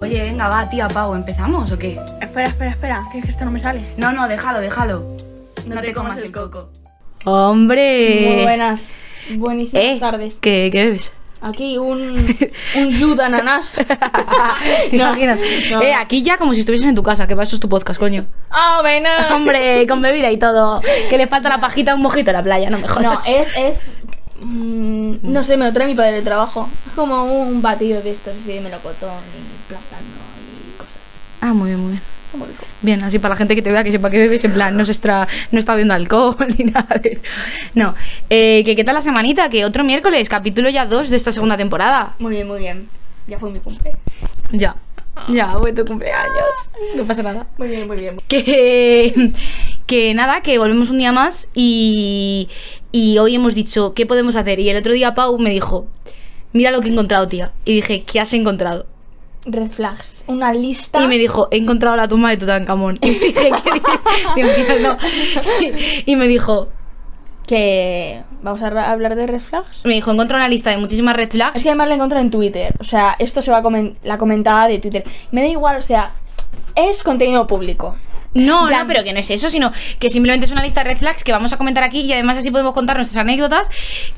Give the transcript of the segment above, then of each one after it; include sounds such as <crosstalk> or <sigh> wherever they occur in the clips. Oye, venga, va, tía Pau, ¿empezamos o qué? Espera, espera, espera, que es que esto no me sale. No, no, déjalo, déjalo. No te comas el coco. Hombre. Muy buenas, buenísimas Eh, tardes. ¿Qué, qué bebes? Aquí un, un jus de ananás. <laughs> ¿Te imaginas? no. Eh, aquí ya como si estuvieses en tu casa, que para eso es tu podcast, coño. ¡Ah, bueno! <laughs> Hombre, con <laughs> bebida y todo. Que le falta la pajita, un mojito a la playa, no eh. me <laughs> jodas. No, es. es mm, no sé, me lo trae mi padre del trabajo. Es como un batido de estos, así de melocotón y plátano y cosas. Ah, muy bien, muy bien. Está muy rico. Bien, así para la gente que te vea que sepa que bebes, en plan, no se extra, no está bebiendo alcohol <laughs> ni nada de eso. No, eh, que qué tal la semanita, que otro miércoles, capítulo ya 2 de esta segunda temporada. Muy bien, muy bien. Ya fue mi cumple. Ya, ya, fue tu cumpleaños. No pasa nada. Muy bien, muy bien. que, que nada, que volvemos un día más y, y hoy hemos dicho, ¿qué podemos hacer? Y el otro día Pau me dijo, mira lo que he encontrado, tía. Y dije, ¿qué has encontrado? Red flags. Una lista. Y me dijo, he encontrado la tumba de Tutankamón. Y dije, "¿Qué di- te imaginas? No. <laughs> Y me dijo, que. Vamos a ra- hablar de red flags. me dijo, encontré una lista de muchísimas red flags. Es que además la encontré en Twitter. O sea, esto se va a comen- la comentada de Twitter. Me da igual, o sea, es contenido público. No, Ya. no, pero que no es eso, sino que simplemente es una lista de red flags que vamos a comentar aquí y además así podemos contar nuestras anécdotas,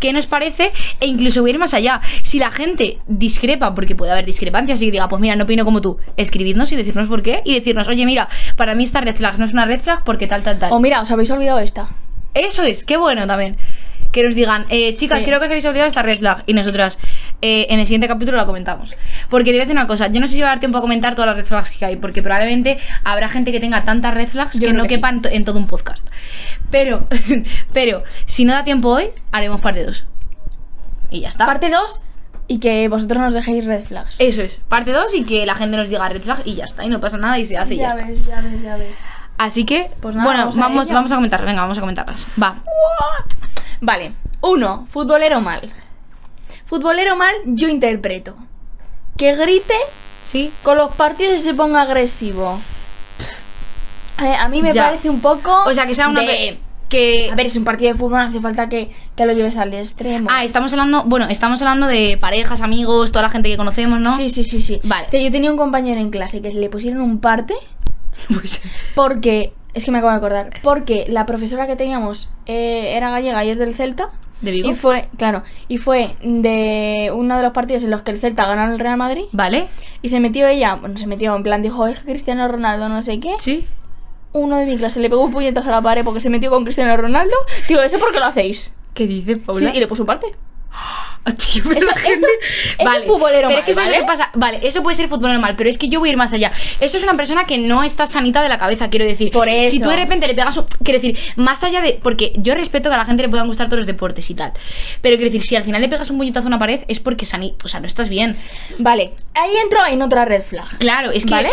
qué nos parece e incluso voy a ir más allá. Si la gente discrepa, porque puede haber discrepancias y diga, pues mira, no opino como tú, escribidnos y decirnos por qué y decirnos, oye, mira, para mí esta red flag no es una red flag porque tal, tal, tal. O mira, os habéis olvidado esta. Eso es, qué bueno también. Que nos digan, eh, chicas, Sí. creo que os habéis olvidado esta red flag. Y nosotras, eh, en el siguiente capítulo la comentamos. Porque te voy a decir una cosa, yo no sé si va a dar tiempo a comentar todas las red flags que hay, porque probablemente habrá gente que tenga tantas red flags Yo que creo no que sí. quepan to- en todo un podcast. Pero, <laughs> pero, si no da tiempo hoy, haremos parte 2. Y ya está. Parte 2 y que vosotros nos dejéis red flags. Eso es, parte 2 y que la gente nos diga red flag y ya está. Y no pasa nada y se hace y ya, está. ya ves, ya ves. Así que, Pues nada, bueno, vamos vamos, a vamos, ello. a comentar, venga, vamos a comentarlas. Va. Vale, uno, futbolero mal. Futbolero mal, yo interpreto. Que grite ¿Sí? con los partidos y se ponga agresivo. Eh, a mí me Ya. parece un poco. O sea, que sea una... de- pe- Que... A ver, es un partido de fútbol, no hace falta que, que lo lleves al extremo. Ah, estamos hablando, bueno, estamos hablando de parejas, amigos, toda la gente que conocemos, ¿no? Sí, sí, sí, sí. Vale. Te- Yo tenía un compañero en clase que le pusieron un parte <laughs> Pues, porque, es que me acabo de acordar, porque la profesora que teníamos eh, era gallega y es del Celta. ¿De Vigo? Y fue, claro, y fue de uno de los partidos en los que el Celta ganó el Real Madrid. ¿Vale? Y se metió ella, bueno, se metió en plan, dijo, es que Cristiano Ronaldo, no sé qué. Sí. Uno de mi clase le pegó un puñetazo a la pared porque se metió con Cristiano Ronaldo. Digo, ¿eso por qué lo hacéis? ¿Qué dices, Sí, Paula? <laughs> y le puso un parte. Tío, pero Eso- la gente- eso- eso es futbolero pero mal, es que ¿sabes ¿vale? lo que pasa? Vale, eso puede ser futbolero mal, pero es que yo voy a ir más allá. Eso es una persona que no está sanita de la cabeza, quiero decir. Por eso. Si tú de repente le pegas, un- quiero decir, más allá de, porque yo respeto que a la gente le puedan gustar todos los deportes y tal, pero quiero decir, si al final le pegas un puñetazo a una pared es porque sani, o sea, no estás bien. Vale, ahí entro en otra red flag. Claro, es que ¿Vale?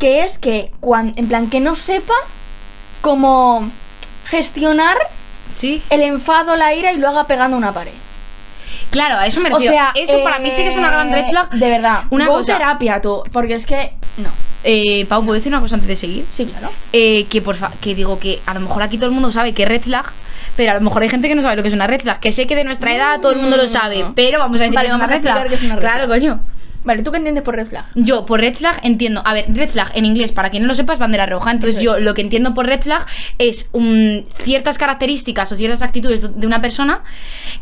Que es que, cuan- en plan, que no sepa cómo gestionar Sí. el enfado, la ira y lo haga pegando a una pared. Claro, a eso me O refiero. sea, eso para mí sí que es una gran red flag. eh, De verdad. Una Go cosa. terapia tú, porque es que no. Eh, Pau, ¿puedo decir una cosa antes de seguir? Sí, claro. Eh, que por fa- que digo que a lo mejor aquí todo el mundo sabe que es red flag, pero a lo mejor hay gente que no sabe lo que es una red flag. Que sé que de nuestra edad todo el mundo lo sabe, Mm. pero vamos a decir Vale, que es una vamos a red flag. explicar que es una red claro, flag. coño. Vale, ¿tú qué entiendes por red flag? Yo por red flag entiendo, a ver, red flag en inglés, para quien no lo sepa, es bandera roja. Entonces Eso yo lo que entiendo por red flag es mm, ciertas características o ciertas actitudes de- de una persona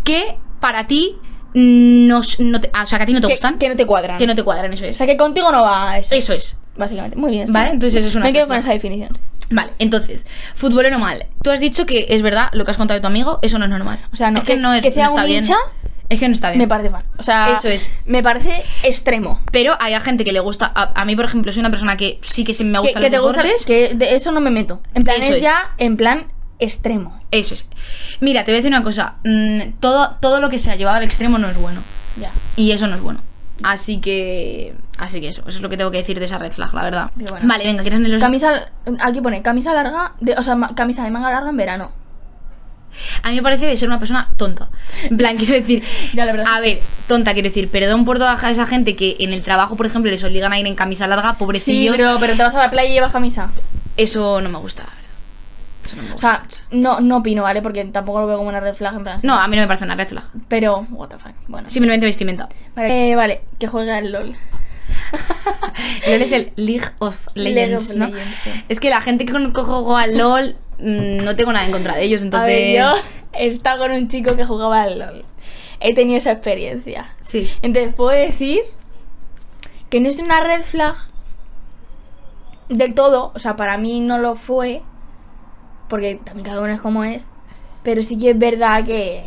que para ti no, s- no te- ah, o sea, que a ti no te que, gustan, que no te cuadran. que no te cuadran, eso O es. sea, que contigo no va eso. Eso es. Básicamente. Muy bien. sí. Vale, entonces eso es una Me quedo red con flag. esa definición. Vale, entonces, futbolero mal. Tú has dicho que es verdad lo que has contado de tu amigo, eso no es normal. O sea, no, es que, que- no es, que sea no está un bien. hincha, Es que no está bien. Me parece mal. O sea, Eso es. Me parece extremo. Pero hay a gente que le gusta. A, a mí, por ejemplo, soy una persona que sí que sí me que, gusta que te gusta que de eso no me meto. En plan, Eso es, es. ya en plan extremo. Eso es. Mira, te voy a decir una cosa. mm, todo, todo lo que se ha llevado al extremo no es bueno. Ya. Y eso no es bueno. Así que. Así que eso. Eso es lo que tengo que decir de esa red flag, la verdad. Pero bueno. Vale, venga, ¿quieres leer los- Camisa aquí pone camisa larga, de, o sea, ma- camisa de manga larga en verano. A mí me parece de ser una persona tonta. En plan, quiero decir. <laughs> Ya, la verdad A es que ver, tonta, quiero decir, perdón por toda esa gente que en el trabajo, por ejemplo, les obligan a ir en camisa larga, pobrecillos. pero, pero te vas a la playa y llevas camisa. Eso no me gusta, la verdad. Eso no me O gusta. sea, mucho. no, no opino, ¿vale? Porque tampoco lo veo como una red flag en plan. no, a mí no me parece una red flag. Pero, what the fuck. Bueno. Simplemente vestimenta. Vale, eh, vale, que juega el LOL. LOL es el League of Legends, League of ¿no? Legends, sí. Es que la gente que conozco juego al LOL mm, no tengo nada en contra de ellos, entonces. A ver, yo <laughs> he estado con un chico que jugaba al LOL. He tenido esa experiencia. Sí. Entonces puedo decir que no es una red flag del todo, o sea, para mí no lo fue, porque también cada uno es como es, pero sí que es verdad que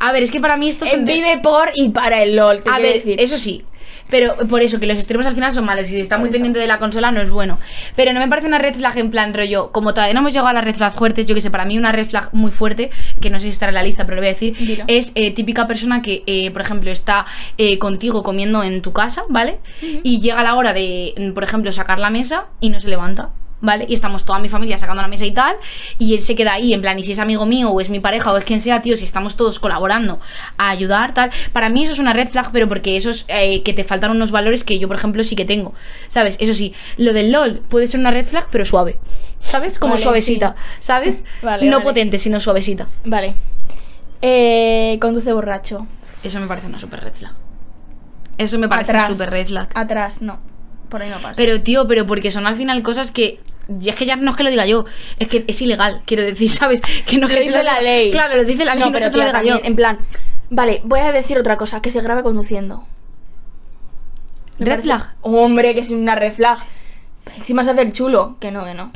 A ver, es que para mí esto eh, son. vive por y para el LOL, te A quiero ver, decir. eso sí. Pero por eso, que los extremos al final son malos. Y si está muy pendiente de la consola, no es bueno. Pero no me parece una red flag en plan rollo. Como todavía no hemos llegado a las red flag fuertes, yo que sé, para mí una red flag muy fuerte, que no sé si estará en la lista, pero lo voy a decir, Dilo. es eh, típica persona que, eh, por ejemplo, está eh, contigo comiendo en tu casa, ¿vale? Y llega la hora de, mm, por ejemplo, sacar la mesa y no se levanta. ¿Vale? Y estamos toda mi familia sacando la mesa y tal. Y él se queda ahí, en plan, y si es amigo mío o es mi pareja o es quien sea, tío, si estamos todos colaborando a ayudar, tal. Para mí eso es una red flag, pero porque eso es eh, que te faltan unos valores que yo, por ejemplo, sí que tengo. ¿Sabes? Eso sí, lo del LOL puede ser una red flag, pero suave. ¿Sabes? Como Vale, suavecita. ¿Sabes? <laughs> Vale, no vale. potente, sino suavecita. Vale. Eh, conduce borracho. Eso me parece una super red flag. Eso me parece una Atrás. super red flag. Atrás, no. Por ahí no pasa. Pero tío, pero porque son al final cosas que. Y es que ya no es que lo diga yo, es que es ilegal, quiero decir, <laughs> ¿sabes? Que no es que lo te dice lo la diga- ley. Claro, lo dice la ley, no, no, pero es que te lo tía, diga también, yo. en plan, vale, voy a decir otra cosa, que se grabe conduciendo. Red Me parece- flag. Hombre, que es una red flag. Encima se hace el chulo. Que no, que no.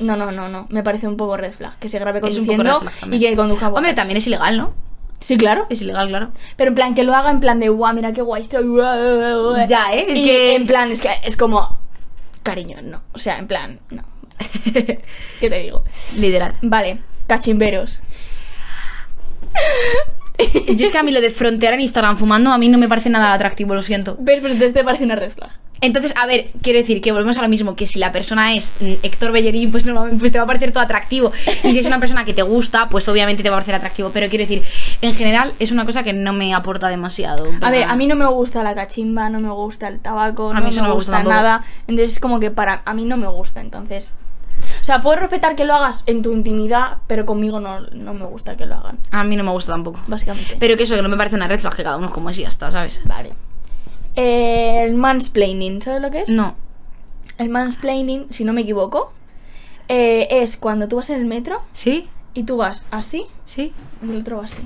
No, no, no, no. Me parece un poco red flag. Que se grabe Es un poco red conduciendo flag y también. que conduzca Hombre, borracho. también es ilegal, ¿no? Sí, claro. Es ilegal, claro. Pero en plan, que lo haga en plan de, guau, mira qué guay soy. guau, guau, guau". Ya, ¿eh? Es Y que- en plan, es que es como, cariño, no. O sea, en plan, no. <laughs> ¿Qué te digo? Literal. Vale, cachimberos. Y es que a mí lo de frontear en Instagram fumando a mí no me parece nada atractivo, lo siento. ¿Ves? Pues entonces te parece una red flag. Entonces, a ver, quiero decir que volvemos a lo mismo, que si la persona es mm, Héctor Bellerín, pues, normalmente, pues te va a parecer todo atractivo. Y si es una persona que te gusta, pues obviamente te va a parecer atractivo. Pero quiero decir, en general es una cosa que no me aporta demasiado. A ver, Pero- a mí no me gusta la cachimba, no me gusta el tabaco, A no mí me, eso no me gusta gusta, tampoco. nada. Entonces es como que para a mí no me gusta, entonces. O sea, puedo respetar que lo hagas en tu intimidad, pero conmigo no, no me gusta que lo hagan, A mí no me gusta tampoco. básicamente. Pero que eso, que no me parece una red flag, que cada uno es como es y ya está, ¿sabes? Vale. El mansplaining, ¿sabes lo que es? No. El mansplaining, si no me equivoco, eh, es cuando tú vas en el metro ¿Sí? y tú vas así ¿Sí? y el otro va así.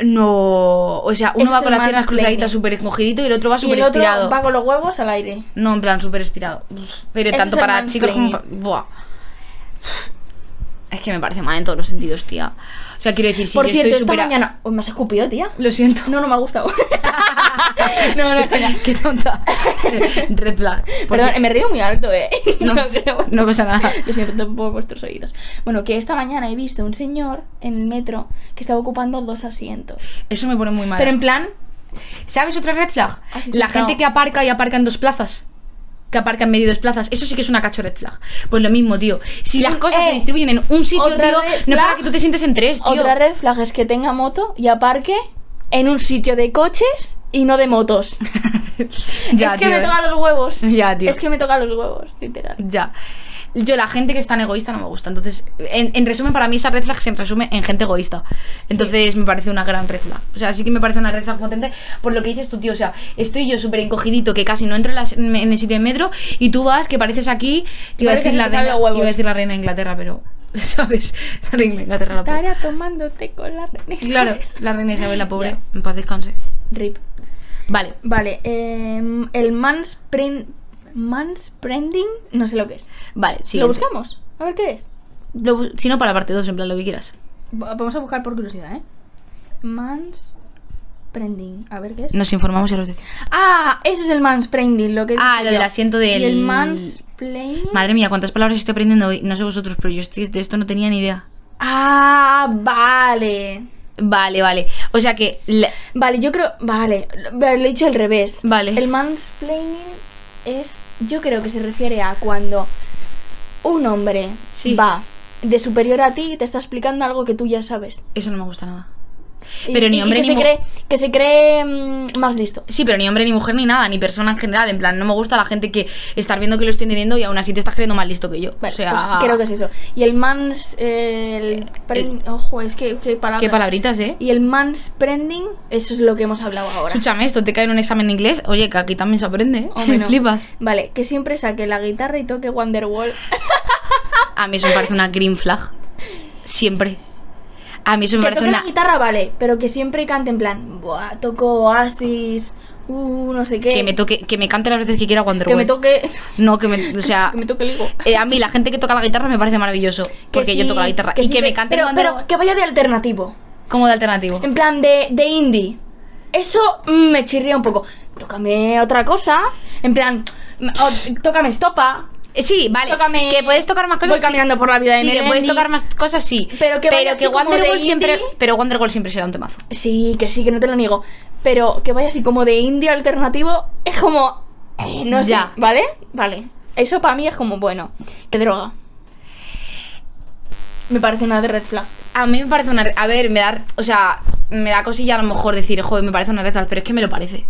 No. O sea, uno Ese va es con el las piernas mansplaining. cruzaditas súper escogidito y el otro va Y súper el otro estirado. va con los huevos al aire. No, en plan súper estirado. Pero Ese tanto es el para chicos como para... mansplaining. Buah. Es que me parece mal en todos los sentidos, tía. O sea, quiero decir, si Por yo cierto, estoy esta súper... a- mañana... Uy, me has escupido, tía. Lo siento. No, no me ha gustado. <laughs> no, no, espera. <laughs> Qué tonta. <laughs> red flag. Por Perdón, cierto- me río muy alto, eh. <laughs> No, creo. no pasa nada. Lo siento por vuestros oídos. Bueno, que esta mañana he visto un señor en el metro que estaba ocupando dos asientos. Eso me pone muy mal. Pero en Ah, plan, ¿Sabes otra red flag? Así la sentado. gente que aparca y aparca en dos plazas. Que aparca en medio de dos plazas. Eso sí que es una cacho red flag. Pues lo mismo, tío. Si las cosas Eh, se distribuyen en un sitio, otra tío, red no es para flag. que tú te sientes en tres, tío. otra red flag es que tenga moto y aparque en un sitio de coches y no de motos. Ya, <laughs> es que tío, me eh. toca los huevos. Ya, tío. Es que me toca los huevos, literal. Ya. Yo, la gente que es tan egoísta no me gusta. Entonces, en, en resumen, para mí esa red flag se resume en gente egoísta. Entonces, me parece una gran red flag. O sea, sí que me parece una red flag potente por lo que dices tú, tío. O sea, estoy yo súper encogidito que casi no entro en, las- en el sitio de metro y tú vas que pareces aquí. Te iba a Parece decir que la te salen reina, los huevos. iba a decir la reina de Inglaterra, pero. <laughs> ¿Sabes? La reina de Inglaterra, la pobre. Estará tomándote con la reina. Claro, la reina Isabel, la pobre. Ya. En paz descanse. Rip. Vale. Vale, em, el manspren- manspreading, no sé lo que es. Vale, sí. ¿Lo buscamos? A ver qué es. Si no, para parte 2, en plan, lo que quieras. Va- Vamos a buscar por curiosidad, ¿eh? Manspreading, a ver qué es. Nos informamos y ahora os decimos. Ah, eso es el manspreading, lo que he Ah, dicho lo yo. del asiento del- Y el mansplaining... Madre mía, cuántas palabras estoy aprendiendo hoy. No sé vosotros, pero yo estoy- de esto no tenía ni idea. Ah, vale. Vale, vale. O sea que. la- Vale, yo creo... Vale, lo he dicho al revés. Vale. El mansplaining es... Yo creo que se refiere a cuando un hombre Sí. va de superior a ti y te está explicando algo que tú ya sabes. Eso no me gusta nada. Pero Y- ni y- y hombre ni que se mu- cree Que se cree mm, más listo. Sí, pero ni hombre, ni mujer, ni nada, ni persona en general. En plan, no me gusta la gente que estar viendo que lo estoy entendiendo y aún así te estás creyendo más listo que yo. Vale, o sea, eh, pues creo que es eso. Y el mans. El, pren- ojo, es que. Qué palabras. qué palabritas, ¿eh? Y el manspreading, eso es lo que hemos hablado ahora. Escúchame, esto te cae en un examen de inglés. Oye, que aquí también se aprende, ¿eh? <laughs> Hombre, no. Flipas. Vale, que siempre saque la guitarra y toque Wonderwall. A mí eso me parece una green flag. Siempre. A mí eso me que parece toque la una. guitarra, vale, pero que siempre cante en plan, Buah, toco Oasis, uh, no sé qué. Que me toque, que me cante las veces que quiera Wonder que me Woman. toque, No, que me. O sea. <laughs> que me toque Ligo. eh, a mí la gente que toca la guitarra me parece maravilloso. Porque yo toco la guitarra. y que me cante pero, Wonder pero em, Woman que vaya de alternativo. como de alternativo. En plan de, de indie. Eso mm, me chirría un poco. Tócame otra cosa. En plan, mm, o- tócame estopa. Eh, Sí, vale. Tócame- que puedes tocar más cosas. Voy sí. caminando por la vida de Sí, que Nenendi. puedes tocar más cosas, sí. Pero que vaya así como Wonder de Woman siempre. indie. Pero Wonder Woman siempre será un temazo. Sí, que sí, que no te lo niego. Pero que vaya así como de indie alternativo, es como. eh, no sé. Ya. ¿Vale? Vale. Eso para mí es como, bueno, qué droga. Me parece una de red flag. A mí me parece una. A ver, me da. O sea, me da cosilla a lo mejor decir, joder, me parece una red flag, pero es que me lo parece.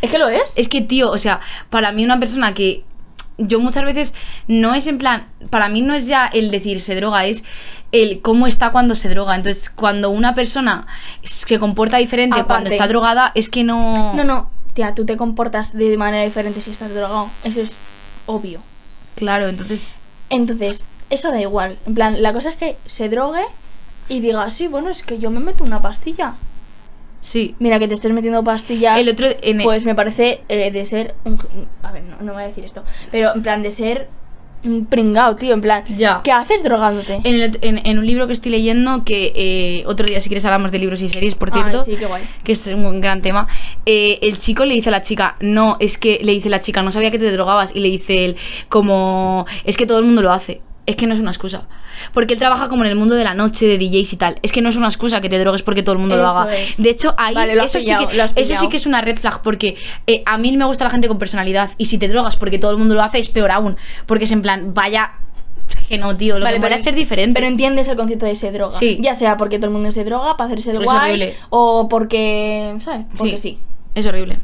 ¿Es que lo es? Es que, tío, o sea, para mí una persona que yo muchas veces no es en plan, para mí no es ya el decir se droga, es el cómo está cuando se droga. Entonces, cuando una persona se comporta diferente cuando Aparte. está drogada, es que no... No, no. Tía, tú te comportas de manera diferente si estás drogado. Eso es obvio. Claro, entonces... Entonces, eso da igual. En plan, la cosa es que se drogue y diga, sí, bueno, es que yo me meto una pastilla. Sí. Mira, que te estés metiendo pastillas. El otro... En el- Pues me parece eh, de ser un. A ver, no, no voy a decir esto. Pero en plan, de ser un pringao, tío. En plan, Ya. ¿qué haces drogándote? en, el- en- en un libro que estoy leyendo, que eh, otro día si quieres hablamos de libros y series, por Ay, cierto, sí, qué guay. que es un gran tema, eh, el chico le dice a la chica, no, es que le dice la chica, no sabía que te drogabas, y le dice él, como, es que todo el mundo lo hace. Es que no es una excusa. Porque él trabaja como en el mundo de la noche, de DJs y tal. Es que no es una excusa que te drogues porque todo el mundo lo Eso haga. es. De hecho, ahí Vale, lo has eso, pillado, sí lo has que, eso sí pillado. que es una red flag. Porque eh, a mí me gusta la gente con personalidad. Y si te drogas porque todo el mundo lo hace, es peor aún. Porque es en plan, vaya, que no, tío. Lo que mola es ser diferente. Pero entiendes el concepto de se droga. Sí. Ya sea porque todo el mundo se droga para hacerse el Pero es guay. horrible. O porque. ¿Sabes? Porque sí. Es horrible.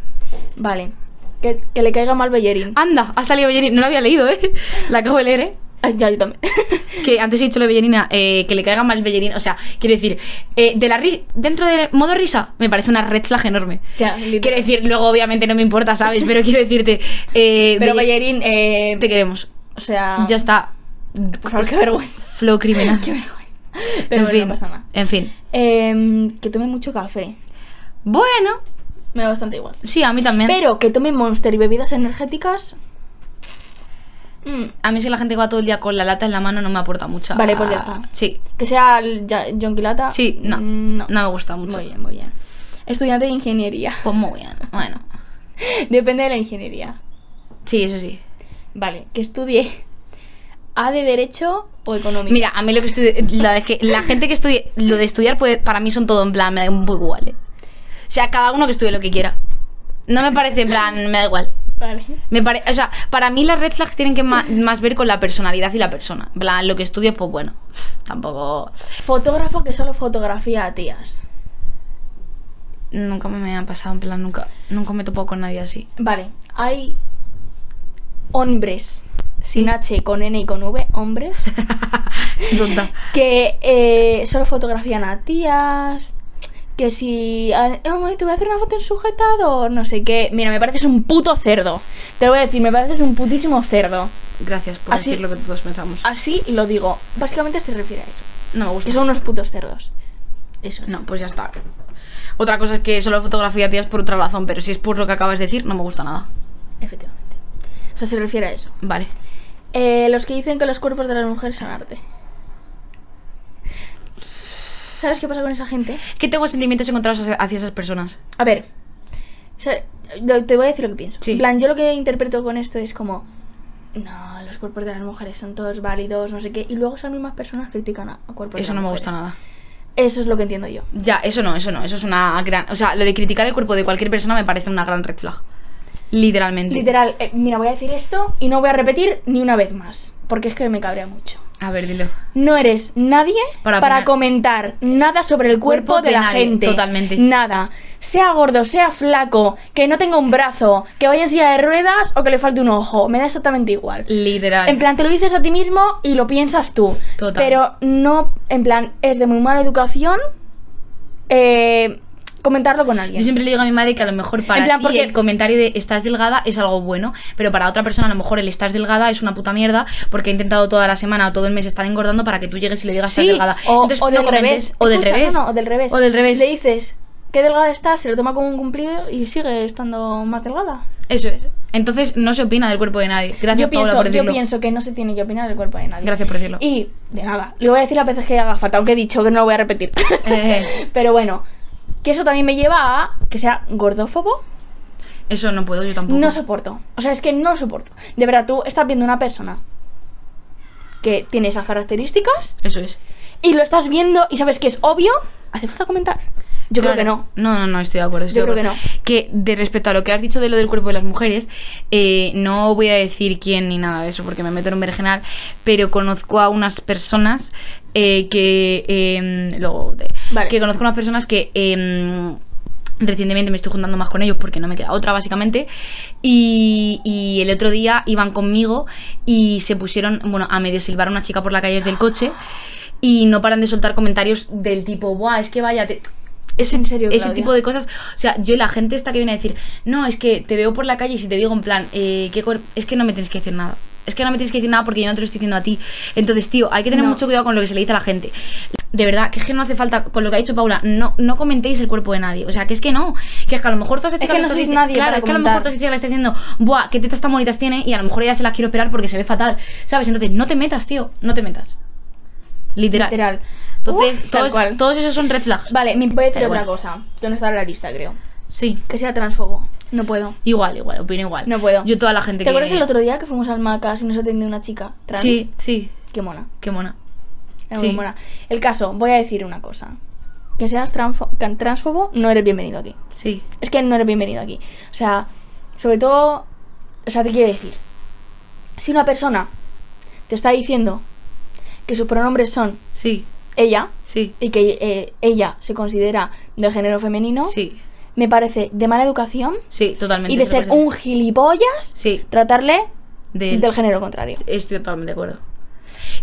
Vale. Que, que le caiga mal Bellerín. Anda, ha salido Bellerín. No lo había leído, ¿eh? La acabo de leer, ¿eh? Ay, ya, yo <laughs> también. Que antes he dicho lo de Bellerina, eh, que le caiga mal Bellerín. O sea, quiero decir, eh, de la ri- dentro de modo risa, me parece una red flag enorme. Ya, literal. Quiero decir, luego obviamente no me importa, ¿sabes? Pero quiero decirte, eh, Pero Bellerín, Bellerín, eh, te queremos. o sea. Ya está. Por favor, qué vergüenza. Flow criminal. <laughs> Qué vergüenza. en Pero bueno, fin, no pasa nada. En fin. Em, que tome mucho café. Bueno, Me da bastante igual. sí, a mí también. Pero que tome Monster y bebidas energéticas. mm, A mí es que la gente que va todo el día con la lata en la mano no me aporta mucha. Vale, pues ya está. Sí, que sea el ya- John Quilata. sí, no. mm, No, me gusta mucho. Muy bien, muy bien. Estudiante de ingeniería. <laughs> Pues muy bien. Bueno. Depende de la ingeniería. Sí, eso sí. Vale, que estudie A de Derecho o Económica. Mira, a mí lo que estudi- la, de que- la gente que estudie, lo de estudiar, pues para mí son todo en plan, me da un poco igual. ¿eh? O sea, cada uno que estudie lo que quiera. No me parece en plan, me da igual. Vale. Me pare- o sea, para mí las red flags tienen que ma- más ver con la personalidad y la persona. En plan, lo que estudie, pues bueno, tampoco. Fotógrafo que solo fotografía a tías. Nunca me ha pasado, en plan, nunca, nunca me he topado con nadie así. Vale, hay hombres sin H, con N y con V, hombres, <laughs> Tonta. que eh, solo fotografían a tías. Que si. ah, eh, mamá, Te voy a hacer una foto en sujetador. No sé qué. Mira, me pareces un puto cerdo. Te lo voy a decir, me pareces un putísimo cerdo. Gracias por Así- decir lo que todos pensamos. Así lo digo. Básicamente se refiere a Ah, eso. No me gusta. Que son unos putos cerdos. Eso es. No, pues ya está. Otra cosa es que solo fotografía tías por otra razón, pero si es por lo que acabas de decir, no me gusta nada. Efectivamente. O sea, se refiere a eso. Vale. Eh, los que dicen que los cuerpos de las mujeres son arte. ¿Sabes qué pasa con esa gente? ¿Qué tengo sentimientos encontrados hacia, hacia esas personas? A ver, o sea, lo- te voy a decir lo que pienso. Sí. En plan, yo lo que interpreto con esto es como, no, los cuerpos de las mujeres son todos válidos, no sé qué, y luego esas mismas personas critican a, a cuerpos eso de no Pues me gusta las mujeres. nada. Eso es lo que entiendo yo. Ya, eso no, eso no. Eso es una gran. O sea, lo de criticar el cuerpo de cualquier persona me parece una gran red flag. Literalmente. Literal, eh, mira, voy a decir esto y no voy a repetir ni una vez más, porque es que me cabrea mucho. A ver, dilo. No eres nadie Para para, opinar. comentar nada sobre el cuerpo, Cuerpo de, de la nadie, gente. totalmente. Nada. Sea gordo, sea flaco, que no tenga un brazo, que vaya en silla de ruedas o que le falte un ojo. Me da exactamente igual. Literal. En plan, te lo dices a ti mismo y lo piensas tú. Total. Pero no, en plan, es de muy mala educación eh, comentarlo con alguien. Yo siempre le digo a mi madre que a lo mejor para En plan, ti porque- el comentario de estás delgada es algo bueno, pero para otra persona a lo mejor el estás delgada es una puta mierda porque ha intentado toda la semana o todo el mes estar engordando para que tú llegues y le digas Sí, estás delgada. O, Entonces, no o del comentes. revés. O del Escucha, revés. no, no, o del revés. O del revés. Le dices, qué delgada estás, se lo toma como un cumplido y sigue estando más delgada. Eso es. Entonces no se opina del cuerpo de nadie. Gracias Paula yo, pienso, por yo decirlo. pienso que no se tiene que opinar del cuerpo de nadie. Gracias por decirlo. Y de nada, lo voy a decir las veces que haga falta, aunque he dicho que no lo voy a repetir. Eh. <laughs> Pero bueno, que eso también me lleva a que sea gordófobo. Eso no puedo yo tampoco. No soporto. O sea, es que no lo soporto. De verdad, tú estás viendo una persona que tiene esas características Eso es. y lo estás viendo y sabes que es obvio. ¿Hace falta comentar? Yo creo que no. No, no, no, estoy de acuerdo. estoy Yo de creo acuerdo. que de respecto a lo que has dicho de lo del cuerpo de las mujeres, eh, no voy a decir quién ni nada de eso porque me meto en un vergenal, pero conozco a unas personas eh, que. em, luego. de- Vale. Que conozco a unas personas que. em, Recientemente me estoy juntando más con ellos porque no me queda otra, básicamente. Y, y el otro día iban conmigo y se pusieron, bueno, a medio silbar a una chica por la calle del coche y no paran de soltar comentarios del tipo, ¡buah! Es que vaya, te- ese, En serio, ese Claudia. tipo de cosas. O sea, yo la gente esta que viene a decir, no, es que te veo por la calle y si te digo en plan, eh, ¿qué cuer-?", es que no me tienes que decir nada. Es que no me tienes que decir nada porque yo no te lo estoy diciendo a ti. Entonces, tío, hay que tener No. mucho cuidado con lo que se le dice a la gente. De verdad, que es que no hace falta, con lo que ha dicho Paula, no, no comentéis el cuerpo de nadie. O sea, que es que no. Que es que a lo mejor todas Es que no estás sois dic- nadie Claro, para es que a lo mejor comentar. todas estas chicas le está diciendo, buah, qué tetas tan bonitas tiene y a lo mejor ya se las quiero esperar porque se ve fatal. ¿Sabes? Entonces, no te metas, tío. No te metas. Literal. Literal. Entonces, Uf, tal todos, cual. todos esos son red flags. Vale, me puede decir Pero otra bueno. cosa. Yo no estaba en la lista, creo. Sí. Que sea transfobo. No puedo. Igual, igual, opino igual. No puedo. Yo toda la gente ¿Te que... acuerdas el otro día que fuimos al Macas y nos atendió una chica trans? Sí, sí. Qué mona. Qué mona. Era Sí. muy mona. El caso, voy a decir una cosa. Que seas transfo- can- transfobo, no eres bienvenido aquí. Sí. Es que no eres bienvenido aquí. O sea, sobre todo, o sea, te quiero decir, si una persona te está diciendo que sus pronombres son Sí. ella Sí. y que eh, ella se considera del género femenino, Sí. me parece de mala educación Sí, totalmente. y de ser un gilipollas Sí. tratarle Del- del género contrario. Estoy totalmente de acuerdo.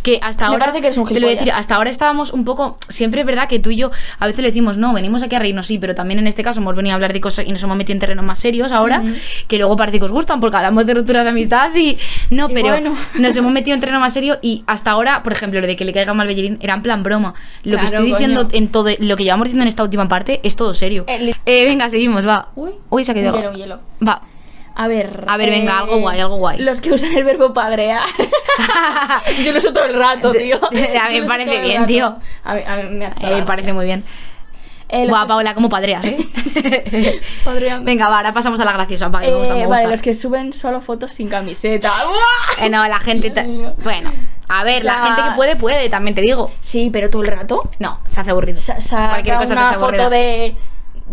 Que hasta Me ahora. parece que eres un te lo voy a decir, gilipollas. hasta ahora estábamos un poco. Siempre es verdad que tú y yo a veces le decimos, no, venimos aquí a reírnos, sí, pero también en este caso hemos venido a hablar de cosas y nos hemos metido en terrenos más serios ahora, Ujú. que luego parece que os gustan porque hablamos de rupturas de amistad y. No, Y pero bueno. nos hemos metido en terreno más serio y hasta ahora, por ejemplo, lo de que le caiga mal Bellerín era en plan broma. Lo que Claro, estoy diciendo coño. en todo. Lo que llevamos diciendo en esta última parte es todo serio. Eh, li- Eh, venga, seguimos, va. Uy, Uy, se ha quedado. hielo, hielo. Va. <laughs> A ver. eh, A ver, venga, algo guay, algo guay. Los que usan el verbo padrear. <laughs> <laughs> Yo lo uso todo el rato, tío. A mí me Yo lo uso parece todo el bien, rato. tío. A mí, a mí me hace Eh, me parece muy bien. Eh, los Guau, que- Paola, como padreas, ¿eh? <laughs> Padrean. Venga, va, ahora pasamos a la graciosa, para que me Eh, gusta, me vale, gusta. los que suben solo fotos sin <laughs> camiseta. ¡Buah! Eh, no, la gente... ta- Dios mío. Bueno, a ver, O sea- la gente que puede, puede, también te digo. Sí, pero todo el rato. No, se hace aburrido. Sa- saca Cualquier cosa te una hace aburrida. foto de,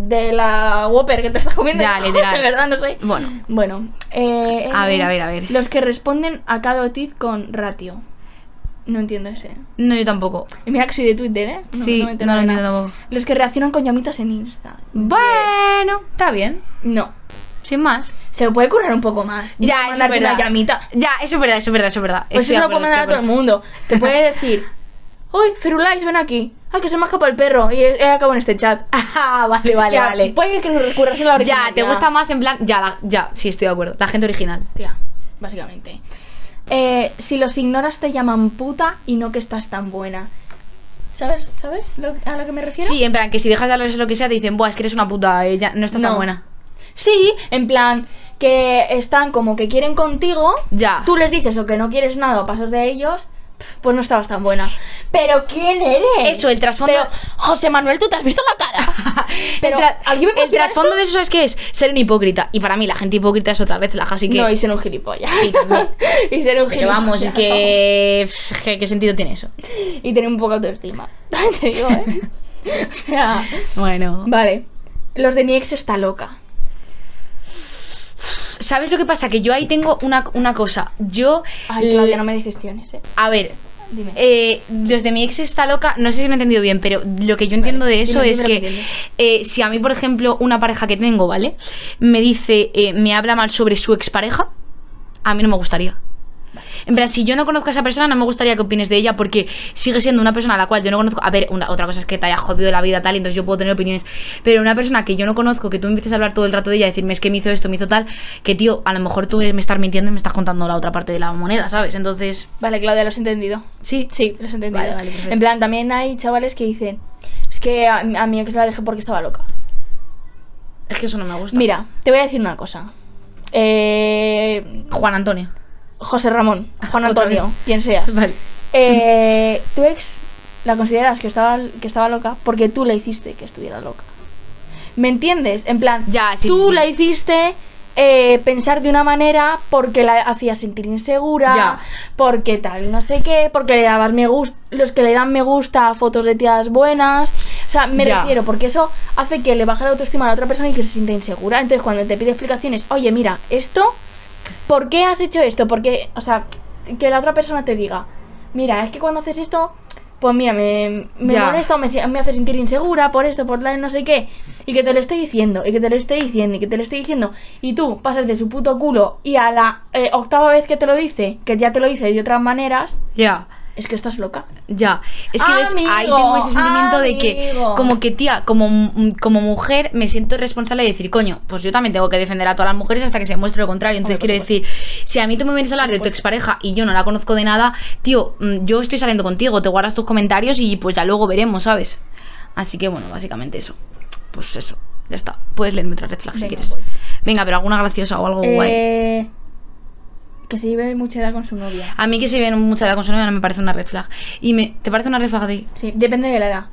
de la Whopper que te estás comiendo. <laughs> Ya, literal. de verdad, no sé. Bueno. Bueno. eh, A eh, ver, a ver, a ver. Los que responden a cada tweet con ratio. No entiendo ese. No, yo tampoco. Y mira que soy de Twitter, ¿eh? Sí, me no de lo nada. entiendo tampoco. Los que reaccionan con llamitas en Insta. Bueno, Pues, está bien. No. Sin más. Se lo puede currar un poco más. Ya, eso es mandarte verdad. una llamita. Ya, eso es verdad, eso es verdad, eso es verdad. Pues Estoy eso de lo puede acuerdo, mandar a estoy de todo el mundo. Te <laughs> puede decir... ¡Uy, Ferulais, ven aquí! ¡Ah, que se me ha escapado el perro! Y he, he acabado en este chat. acuerdo. <laughs> Ah, vale, vale, Ya, vale. Puede que currarse la Ya, originalidad. te gusta más en plan... Ya, la- ya, sí, estoy de acuerdo. La gente original. Tía, básicamente. Eh, si los ignoras te llaman puta y no que estás tan buena. ¿Sabes? ¿Sabes lo- a lo que me refiero? Sí, en plan, que si dejas de hablarles lo que sea, te dicen, buah, es que eres una puta, eh, ya, no estás tan No. buena. Sí, en plan, que están como que quieren contigo. Ya. Tú les dices o que no quieres nada o pasas de ellos. pf, Pues no estabas tan buena. Pero ¿quién eres? Eso, el trasfondo- Pero, José Manuel, tú te has visto la cara. Pero el, tra- ¿alguien me puede el explicar trasfondo esto? de eso, ¿sabes qué es? Ser un hipócrita. Y para mí, la gente hipócrita es otra red flag, así que. No, <laughs> y ser un gilipollas. Sí, también. <laughs> y ser un pero gilipollas. vamos, es que. pff, ¿Qué, qué sentido tiene eso? Y tener un poco de autoestima. <laughs> Te digo, ¿eh? <laughs> o sea. Bueno. Vale. Los de mi ex está loca. ¿Sabes lo que pasa? Que yo ahí tengo una, una cosa. Yo. Ay, Claudia, no me decepciones, ¿eh? A ver, Dime. eh, desde mi ex está loca, no sé si me he entendido bien, pero lo que yo entiendo de eso dime, es dime lo que que eh, si a mí, por ejemplo, una pareja que tengo, ¿vale? Me dice, eh, me habla mal sobre su expareja, a mí no me gustaría. En plan, si yo no conozco a esa persona, no me gustaría que opines de ella porque sigue siendo una persona a la cual yo no conozco. A ver, una- otra cosa es que te haya jodido la vida tal, y entonces yo puedo tener opiniones. Pero una persona que yo no conozco, que tú empieces a hablar todo el rato de ella, decirme es que me hizo esto, me hizo tal, que tío, a lo mejor tú me estás mintiendo y me estás contando la otra parte de la moneda, ¿sabes? Entonces, Vale, Claudia, lo has entendido. sí, Sí, lo has entendido. Vale, vale, perfecto. en plan, también hay chavales que dicen, es que a, a mi ex la dejé porque estaba loca. es que eso no me gusta. Mira, te voy a decir una cosa. Eh, Juan Antonio. José Ramón, Juan Otra Antonio, vez. quien <laughs> seas. Vale. Eh, tu ex la consideras que estaba, que estaba loca porque tú la hiciste que estuviera loca. ¿Me entiendes? En plan, Ya, sí, tú sí, sí. la hiciste eh, pensar de una manera porque la hacías sentir insegura, Ya. porque tal, no sé qué, porque le dabas me gusta, los que le dan me gusta a fotos de tías buenas. O sea, me Ya. refiero, porque eso hace que le baje la autoestima a la otra persona y que se sienta insegura. Entonces, cuando te pide explicaciones, oye, mira, esto ¿Por qué has hecho esto? Porque, o sea, que la otra persona te diga, mira, es que cuando haces esto, pues mira, me, me Ya. molesta o me, si- me hace sentir insegura por esto, por la no sé qué, y que te lo esté diciendo, y que te lo esté diciendo, y que te lo esté diciendo, y tú pasas de su puto culo y a la eh, octava vez que te lo dice, que ya te lo dice de otras maneras, Ya. es que estás loca. Ya, es que ves, ahí Amigo, tengo ese sentimiento de que, amigo. como que tía, como, m- como mujer, me siento responsable de decir, coño, pues yo también tengo que defender a todas las mujeres hasta que se muestre lo contrario. Entonces Hombre, quiero por decir, si a mí tú me vienes a hablar de tu expareja y yo no la conozco de nada, tío, mm, yo estoy saliendo contigo, te guardas tus comentarios y pues ya luego veremos, ¿sabes? Así que bueno, básicamente eso. Pues eso, ya está. Puedes leerme otra red flag si Venga, quieres. voy. Venga, pero alguna graciosa o algo Oh, guay. Eh, que se lleve mucha edad con su novia. A mí que se ven mucha edad con su novia no me parece una red flag. Y me, ¿te parece una red flag a ti? Sí, depende de la edad.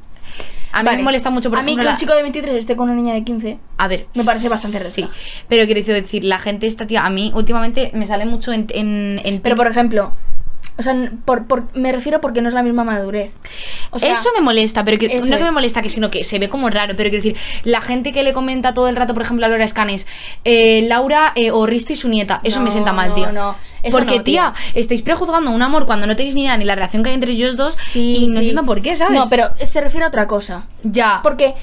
A mí Vale. me molesta mucho, por A mí ejemplo, que un la- chico de 23 esté con una niña de 15, A ver, me parece bastante red Sí, flag. pero quiero decir, la gente esta tía, a mí últimamente me sale mucho en... en- en- Pero por ejemplo, o sea, n- por, por- me refiero porque no es la misma madurez. O sea, eso me molesta, pero que, eso no que me es. molesta, que sino que se ve como raro, pero quiero decir, la gente que le comenta todo el rato, por ejemplo, a Laura Escanes, eh, Laura eh, o Risto y su nieta, eso me No, sienta mal, tío. no, eso Porque, no, tía, tía. estáis prejuzgando un amor cuando no tenéis ni idea ni la relación que hay entre ellos dos y no sí. entiendo por qué, ¿sabes? No, pero se refiere a otra cosa. Ya. Porque,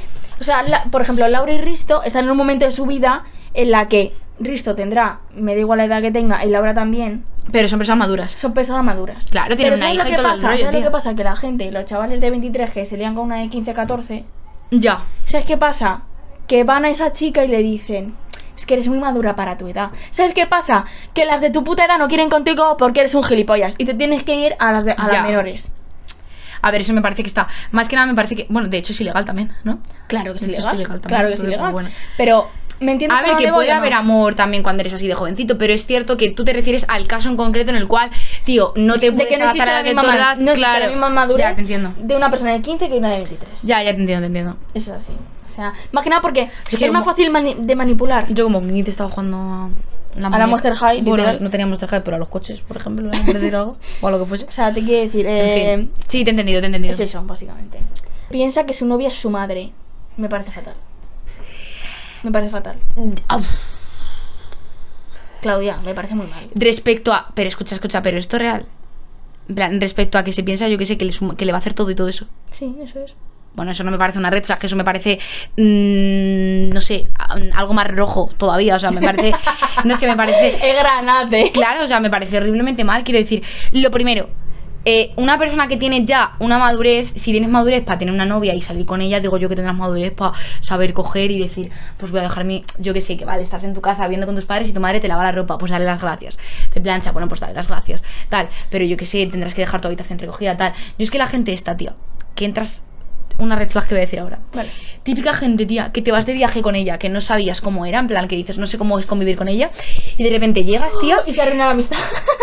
o sea, la- por ejemplo, Laura y Risto están en un momento de su vida en la que Risto tendrá, me da igual la edad que tenga, y Laura también, Pero son personas maduras. son personas maduras. Claro, tienen una Pero hija ¿sabes y lo que todo el pasa? rollo, ¿Sabes tío? lo que pasa? Que la gente, los chavales de 23 que se lían con una de 15, 14, Ya. ¿Sabes qué pasa? Que van a esa chica y le dicen, es que eres muy madura para tu edad. ¿Sabes qué pasa? Que las de tu puta edad no quieren contigo porque eres un gilipollas y te tienes que ir a las, de- a Ya. las menores. A ver, eso me parece que está... Más que nada me parece que... Bueno, de hecho es ilegal también, ¿no? Claro que es Eso es ilegal. ilegal también, claro que es pero ilegal. bueno. Pero, ¿me entiendes? A por ver, dónde que voy puede o no? haber amor también cuando eres así de jovencito, pero es cierto que tú te refieres al caso en concreto en el cual, tío, no te De puedes que no adaptar existe a la la de misma, tu ma- edad. no existe claro. la misma madurez Ya, te entiendo. de una persona de 15 que una de 23. Ya, ya te entiendo, te entiendo. Eso es así. O sea, más que nada porque es, que más como- fácil mani- de manipular. Yo como que te estaba jugando a la, la muñeca. Monster High, Bueno, literal. no tenía Monster High, pero a los coches, por ejemplo, por decir algo, o a lo que fuese. O sea, te quiero decir, <laughs> eh, En fin. Sí, te he entendido, te he entendido. es eso, básicamente. Piensa que su novia es su madre. Me parece fatal. Me parece fatal. Au. Claudia, me parece muy mal. Respecto a... Pero escucha, escucha, pero esto es real. En plan, respecto a que se piensa, yo que sé, que le, suma- que le va a hacer todo y todo eso. Sí, eso es. Bueno, eso no me parece una red flag, eso me parece, mm, no sé, a- algo más rojo todavía. O sea, me parece, Eh, <laughs> no es que me <laughs> parece, El granate. claro, o sea, me parece horriblemente mal. Quiero decir, lo primero, eh, una persona que tiene ya una madurez, si tienes madurez para tener una novia y salir con ella, digo yo que tendrás madurez para saber coger y decir, pues voy a dejarme, yo que sé, que vale, estás en tu casa viendo con tus padres y tu madre te lava la ropa, pues dale las gracias. Te plancha, bueno, pues dale las gracias, tal. Pero yo que sé, tendrás que dejar tu habitación recogida, tal. Yo es que la gente está, tío, que entras, una red flag que voy a decir ahora. Vale. Típica gente, tía, que te vas de viaje con ella, que no sabías cómo era, en plan, que dices, no sé cómo es convivir con ella, y de repente llegas, tía, Y se arruina la amistad.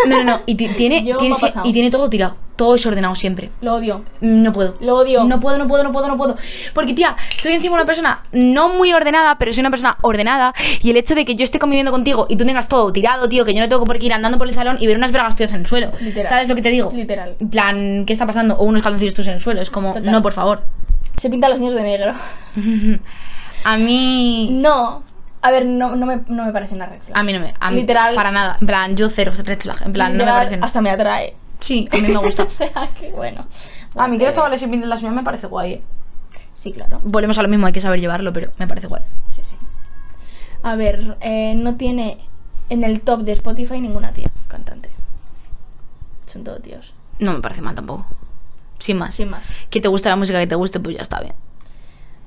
no, no, no, y ti- tiene, Yo me tiene ha sie- pasado. y tiene todo tirado, todo desordenado siempre. Lo odio. No puedo. Lo odio. No puedo, no puedo, no puedo, no puedo. Porque, tía, soy encima una persona no muy ordenada, pero soy una persona ordenada. Y el hecho de que yo esté conviviendo contigo y tú tengas todo tirado, tío, que yo no tengo por qué ir andando por el salón y ver unas bragas tuyas en el suelo. Literal. ¿Sabes lo que te digo? Literal. En plan, ¿qué está pasando? O unos calzoncillos tuyos en el suelo. Es como, Total. no, por favor. Se pintan los niños de negro. A mí. No. A ver, no, no, me, no me parece una red flag. A mí no me. A mí, Literal. Para nada. En plan, yo cero red flag. En plan, no me Literal, parecen. Hasta me atrae. Sí, a mí me gusta. <laughs> o sea, que bueno. A mí que los chavales se pinten las uñas me parece guay, ¿eh? Sí, claro. Volvemos a lo mismo, hay que saber llevarlo, pero me parece guay. Sí, sí. A ver, eh, no tiene en el top de Spotify ninguna tía cantante. Son todos tíos. No me parece mal tampoco. Sin más. Sin más. Que te guste la música que te guste, pues ya está bien.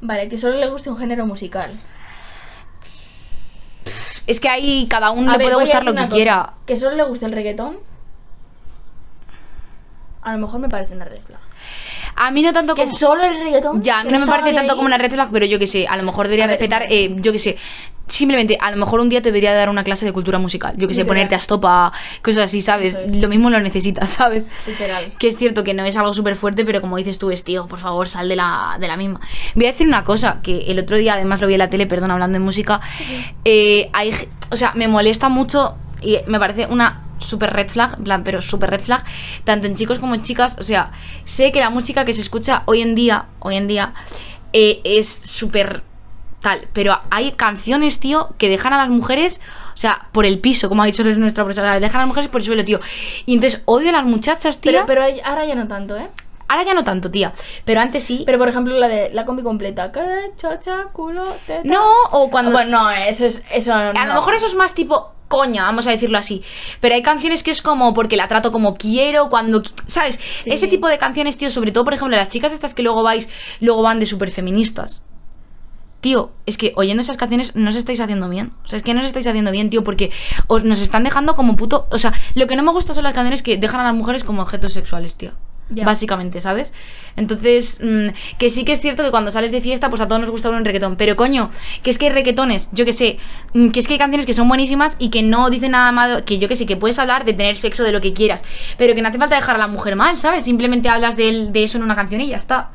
Vale, que solo le guste un género musical. Es que ahí cada uno A le ver, puede voy a gustar decir lo que una cosa. quiera. Que solo le guste el reggaetón. A lo mejor me parece una red flag. A mí no tanto Que como. solo el reggaetón. Ya, a mí que no me solo parece de tanto ahí- como una red flag, pero yo que sé, a lo mejor debería A ver, respetar, no eh, yo que sé, simplemente, a lo mejor un día te debería dar una clase de cultura musical, yo que sé, Literal. ponerte a estopa, cosas así, ¿sabes? Eso es. Lo mismo lo necesitas, <laughs> ¿sabes? Literal. Que es cierto que no es algo súper fuerte, pero como dices tú, es tío, por favor, sal de la, de la misma. Voy a decir una cosa, que el otro día además lo vi en la tele, perdón, hablando de música. eh, hay, g- o sea, me molesta mucho y me parece una súper red flag, en plan, pero súper red flag, tanto en chicos como en chicas. O sea, sé que la música que se escucha hoy en día, hoy en día, eh, es súper tal, pero hay canciones, tío, que dejan a las mujeres, o sea, por el piso, como ha dicho nuestra profesora, dejan a las mujeres por el suelo, tío. Y entonces odio a las muchachas, tío. Pero, pero hay- ahora ya no tanto, ¿eh? Ahora ya no tanto, tía. Pero antes sí. Pero por ejemplo, la de la combi completa. Que chocha, culo, teta. Ah, no, o cuando. Bueno, no, eso es. Eso a lo mejor eso es más tipo coña, vamos a decirlo así. Pero hay canciones que es como porque la trato como quiero, cuando. qui- ¿Sabes? Sí. Ese tipo de canciones, tío, sobre todo, por ejemplo, las chicas estas que luego vais, luego van de súper feministas. Tío, es que oyendo esas canciones no os estáis haciendo bien. O sea, es que no os estáis haciendo bien, tío, porque os, nos están dejando como puto. O sea, lo que no me gusta son las canciones que dejan a las mujeres como objetos sexuales, tío. Ya. Básicamente, ¿sabes? Entonces, mm, que sí que es cierto que cuando sales de fiesta, pues a todos nos gusta un reggaetón. Pero coño, que es que hay reggaetones, yo que sé, mm, que es que hay canciones que son buenísimas y que no dicen nada malo, que yo que sé, que puedes hablar de tener sexo, de lo que quieras. Pero que no hace falta dejar a la mujer mal, ¿sabes? Simplemente hablas del- de, eso en una canción y ya está.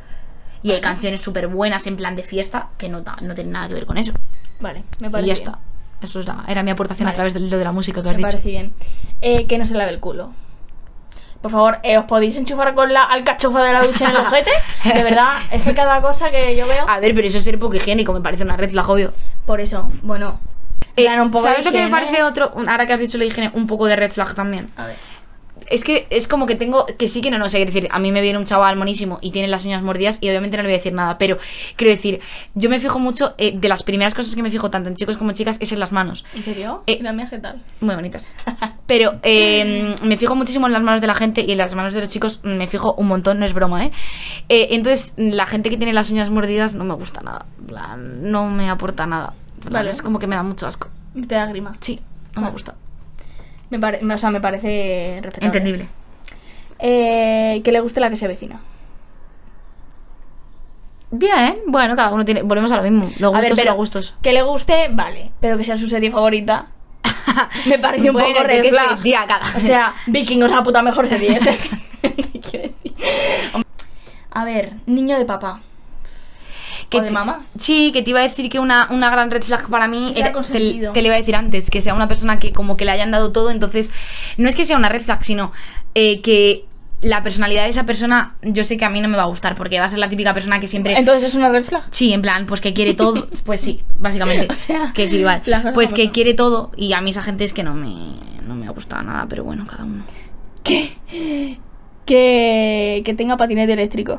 Y hay canciones súper buenas en plan de fiesta que no, ta- no tienen nada que ver con eso. Vale, me Y parece. ya bien. está. Eso es la- era mi aportación a Vale. través de lo de la música que Me has dicho. parece bien. Eh, que no se lave el culo. Por favor, eh, ¿os podéis enchufar con la alcachofa de la ducha en el ojete? De verdad, es que cada cosa que yo veo. A ver, pero eso es ser poco higiénico, me parece una red flag, obvio. Por eso, bueno. Eh, Claro, un poco de ¿Sabes lo que me higiene. parece otro? Un- Ahora que has dicho la higiene, un poco de red flag también. A ver. Es que es como que tengo, que sí que no, no sé, es decir, a mí me viene un chaval monísimo y tiene las uñas mordidas y obviamente no le voy a decir nada, pero quiero decir, yo me fijo mucho, eh, de las primeras cosas que me fijo tanto en chicos como en chicas es en las manos. ¿En serio? Eh, ¿Y la mía qué tal? Muy bonitas. Pero eh, me fijo muchísimo en las manos de la gente y en las manos de los chicos me fijo un montón, no es broma, ¿eh? Eh, entonces, la gente que tiene las uñas mordidas no me gusta nada. en plan, No me aporta nada. En plan, Vale. Es como que me da mucho asco. Te da grima. Sí, no me gusta. Me pare- o sea, me parece respetable. Entendible. Eh, que le guste la que se vecina. ¿eh? Bien, bueno, cada uno tiene. Volvemos a lo mismo. Los gustos son los gustos. Que le guste, vale. Pero que sea su serie favorita. <laughs> <laughs> Me parece un Bueno, poco yo red qué sé, flag. tía, cada- <laughs> O sea, Vikingos es la puta mejor serie. o sea, <laughs> ¿qué quiere decir? A ver, niño de papá. o de te- mamá. Sí, que te iba a decir que una, una gran red flag para mí. Que sea te, consentido. te lo iba a decir antes, que sea una persona que como que le hayan dado todo. Entonces, no es que sea una red flag, sino eh, que la personalidad de esa persona, yo sé que a mí no me va a gustar, porque va a ser la típica persona que siempre. Entonces es una red flag. Sí, en plan, pues que quiere todo. <laughs> Pues sí, básicamente. O sea, que sí, vale. las cosas Pues como que son. quiere todo. Y a mí esa gente es que no me, no me ha gustado nada, pero bueno, cada uno. Que, que tenga patinete eléctrico.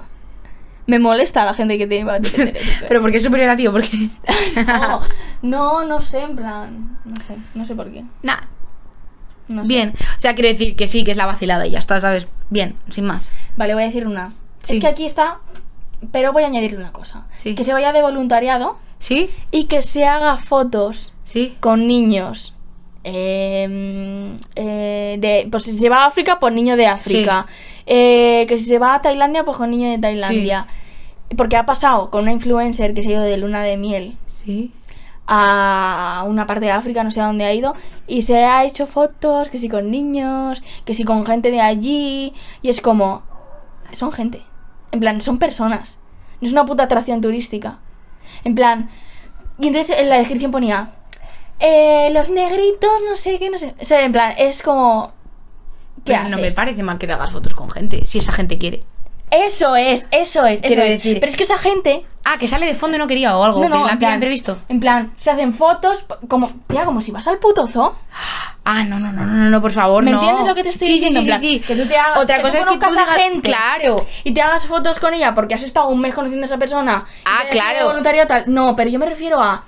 Me molesta la gente que <laughs> tiene patinete eléctrico. eh. Pero porque es superior a ti, ¿o por qué? <laughs> <laughs> no, no, no sé, en plan. No sé, no sé por qué. Nada, no sé. bien. O sea, quiero decir que sí, que es la vacilada y ya está, ¿sabes? Bien, sin más. Vale, voy a decir una. Sí. Es que aquí está, pero voy a añadirle una cosa. Sí. Que se vaya de voluntariado ¿Sí? y que se haga fotos ¿Sí? con niños. eh, eh, de, pues si se va a África, pues niño de África. Eh, que si se va a Tailandia, pues con niño de Tailandia. Porque ha pasado con una influencer que se ha ido de luna de miel ¿Sí? a una parte de África, no sé a dónde ha ido, y se ha hecho fotos, que sí con niños, que sí con gente de allí, y es como, son gente, en plan, son personas, no es una puta atracción turística, en plan, y entonces en la descripción ponía, eh, los negritos, no sé qué, no sé, o sea, en plan, es como, ¿qué Pero no me haces? parece mal que te hagas fotos con gente, si esa gente quiere. Eso es, eso es, eso Quiero es. decir- Pero es que esa gente Ah, que sale de fondo y no quería o algo. no, no, que la en pilla plan, imprevisto. En plan, se hacen fotos, p- como, tía, como si vas al puto zoo. Ah, no, no, no, no, no, por favor, ¿Me no. entiendes lo que te estoy Sí, sí, diciendo? Sí, En sí, plan, sí. Que tú te hagas, Otra que cosa es tú que conozcas tú digas- a gente. Claro. Y te hagas fotos con ella porque has estado un mes conociendo a esa persona. y Ah, te hayas ido de claro. Voluntario tal. No, pero yo me refiero a.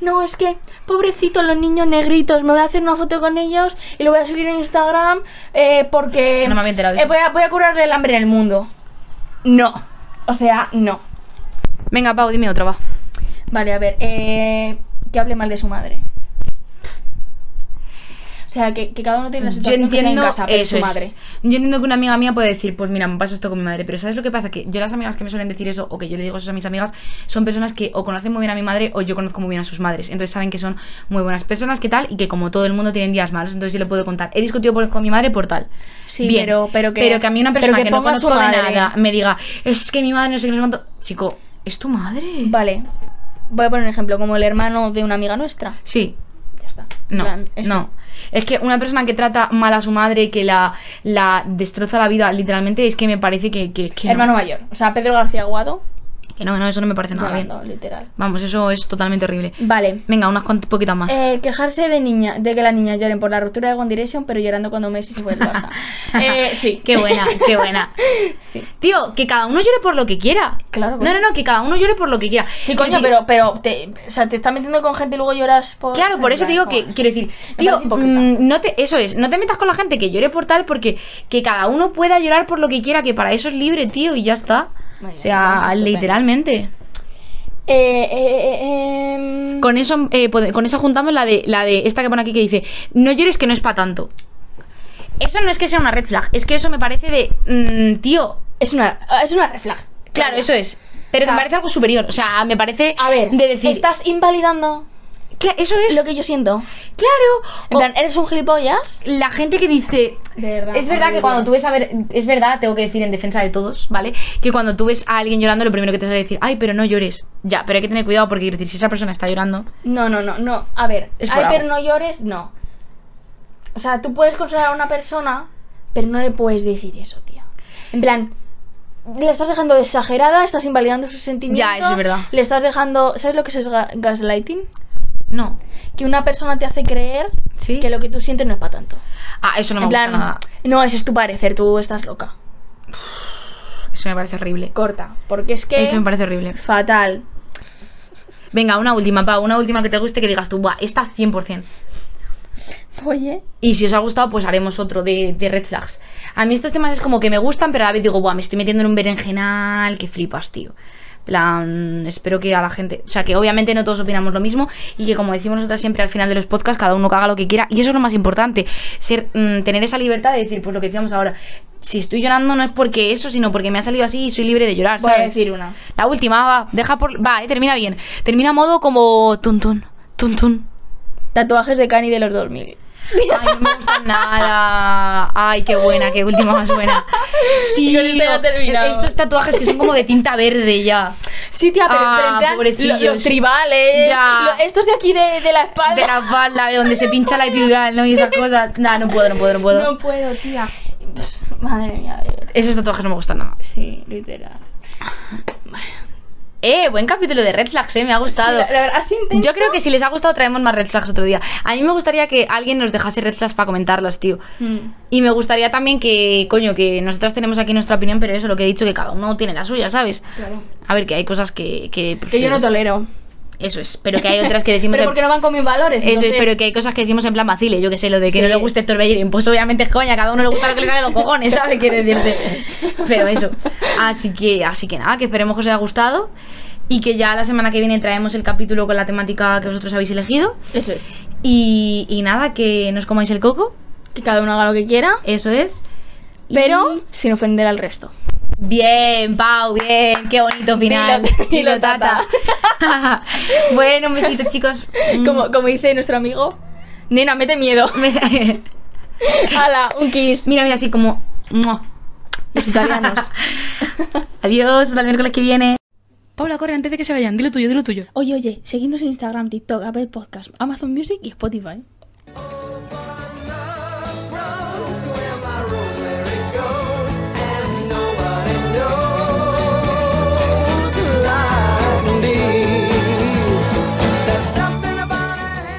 No, es que, pobrecito, los niños negritos, me voy a hacer una foto con ellos y lo voy a subir en Instagram eh, porque. No me había enterado de eh, eso. voy, a, voy a curarle el hambre en el mundo. No. O sea, no. Venga, Pau, dime otra, va. Vale, a ver, eh, que hable mal de su madre. O sea, que, que cada uno tiene la Yo situación que entiendo sea en casa, pero eso su es. madre. Yo entiendo que una amiga mía puede decir, pues mira, me pasa esto con mi madre, pero ¿sabes lo que pasa? Que yo las amigas que me suelen decir eso o que yo le digo eso a mis amigas son personas que o conocen muy bien a mi madre o yo conozco muy bien a sus madres. Entonces saben que son muy buenas personas, que tal, y que como todo el mundo tienen días malos, entonces yo le puedo contar, he discutido por- con mi madre por tal. Sí, pero- pero que- a mí una pero persona que, que no ponga a su conozco de madre. nada me diga, es que mi madre no sé qué, no sé cuánto". Chico, ¿es tu madre? Vale, voy a poner un ejemplo, como el hermano de una amiga nuestra. Sí, Ya está. En No, plan, ese. no. Es que una persona que trata mal a su madre, que la, la destroza la vida, literalmente, es que me parece que, que, que no. Hermano mayor, o sea, Pedro García Aguado, Que no, que no, eso no me parece nada bien. llorando, literal. Vamos, eso es totalmente horrible. Vale, Venga, unas cuantas poquitas más. eh, quejarse de niña, de que las niñas lloren por la ruptura de One Direction, pero llorando cuando Messi se fue del <laughs> Barça. eh, sí. Qué buena, qué buena. <laughs> Sí. Tío, que cada uno llore por lo que quiera. Claro, No, claro. no, no, que cada uno llore por lo que quiera. Sí, Quiero coño, decir- pero, pero te, o sea, te estás metiendo con gente y luego lloras por... Claro, por eso te digo que quiero decir, tío, parece hipócrita. mm, no te, eso es, no te metas con la gente que llore por tal, porque que cada uno pueda llorar por lo que quiera, que para eso es libre, tío, y ya está. Muy O bien, sea, estupendo. literalmente. Eh, eh, eh, em, Con eso, eh, pode- con eso juntamos la de, la de esta que pone aquí que dice, no llores que no es para tanto. Eso no es que sea una red flag, es que eso me parece de, mm, tío, Es una, es una red flag. claro, eso es. Pero O que sea, me parece algo superior, o sea, me parece A ver, de decir, estás invalidando "Cla- eso es, lo que yo siento. claro. En O plan, ¿eres un gilipollas? la gente que dice, De verdad, es verdad horrible. que cuando tú ves a ver, es verdad, tengo que decir en defensa de todos, ¿vale? Que cuando tú ves a alguien llorando, lo primero que te sale es decir, ay, pero no llores. Ya, pero hay que tener cuidado porque quiero decir, si esa persona está llorando, No, no, no, no. A ver, Es por ay, algo. pero no llores, no. O sea, tú puedes consolar a una persona, pero no le puedes decir eso, tía. En plan, le estás dejando exagerada, estás invalidando sus sentimientos. Ya, eso es verdad. Le estás dejando... ¿Sabes lo que eso es ga- gaslighting? no. Que una persona te hace creer ¿Sí? que lo que tú sientes no es para tanto. Ah, eso no me en gusta plan, nada. no, ese es tu parecer, tú estás loca. Eso me parece horrible. Corta, porque es que... Eso me parece horrible. Fatal. Venga, una última, Pau, una última que te guste que digas tú, buah, esta 100%. Oye. Y si os ha gustado, pues haremos otro de, de red flags. A mí estos temas es como que me gustan, pero a la vez digo, buah, me estoy metiendo en un berenjenal, que flipas, tío. plan, espero que a la gente, o sea, que obviamente no todos opinamos lo mismo y que como decimos nosotras siempre al final de los podcasts, cada uno que haga lo que quiera y eso es lo más importante, ser mm, tener esa libertad de decir, pues lo que decíamos ahora, si estoy llorando no es porque eso, sino porque me ha salido así y soy libre de llorar, Voy a ¿sabes? decir una. La última, va, deja por. Va, eh, termina bien. Termina modo como. Tun, tun, tun, tun. Tatuajes de Cani de los 2000. Ay, no me gusta nada. Ay, qué buena, qué última más buena. Tío, Con esta ya terminamos. estos tatuajes que son como de tinta verde ya. Sí, tía, pero, Ah, pero en plan, pobrecillos. lo- los tribales, Ya. lo- estos de aquí de, de la espalda. De la espalda, de donde se pincha la epidural, ¿no? Y esas cosas. Nah, no puedo, no puedo, no puedo. No puedo, tía. Pff, Madre mía, de verdad. Esos tatuajes no me gustan nada. Sí, literal. Eh, buen capítulo de Red Flags, eh, me ha La, gustado. la verdad, así intenso. Yo creo que si les ha gustado traemos más Red Flags otro día. A mí me gustaría que alguien nos dejase Red Flags para comentarlas, tío. Mm. Y me gustaría también que, coño, que nosotras tenemos aquí nuestra opinión, pero eso, lo que he dicho, que cada uno tiene la suya, ¿sabes? Claro. A ver, que hay cosas que... Que, pues, Que yo no es- tolero. Eso es, pero que hay otras <laughs> que decimos... Pero en- porque no van con mis valores. Eso es, entonces- pero que hay cosas que decimos en plan vacile, yo que sé, lo de que Sí. no le guste Héctor Bellerín, pues obviamente es coña, cada uno le gusta lo que le sale de los cojones, <laughs> ¿sabes? Quiere decirte. Pero eso. Así que, así que nada, que esperemos que os haya gustado y que ya la semana que viene traemos el capítulo con la temática que vosotros habéis elegido. Eso es. Y, y nada, que nos comáis el coco, Que cada uno haga lo que quiera, eso es. Y- pero sin ofender al resto. Bien, Pau, bien, qué bonito final. <laughs> Dilo, dilo, <laughs> bueno, un besito, chicos. <laughs> Como, como dice nuestro amigo, nena, mete miedo. <laughs> Me- <laughs> Hala, un kiss. Mira, mira, así como. ¡mua! Los italianos. <laughs> Adiós, hasta el miércoles que viene. Paula, corre, antes de que se vayan, dilo tuyo, dilo tuyo. Oye, oye, seguidnos en Instagram, TikTok, Apple Podcast, Amazon Music y Spotify.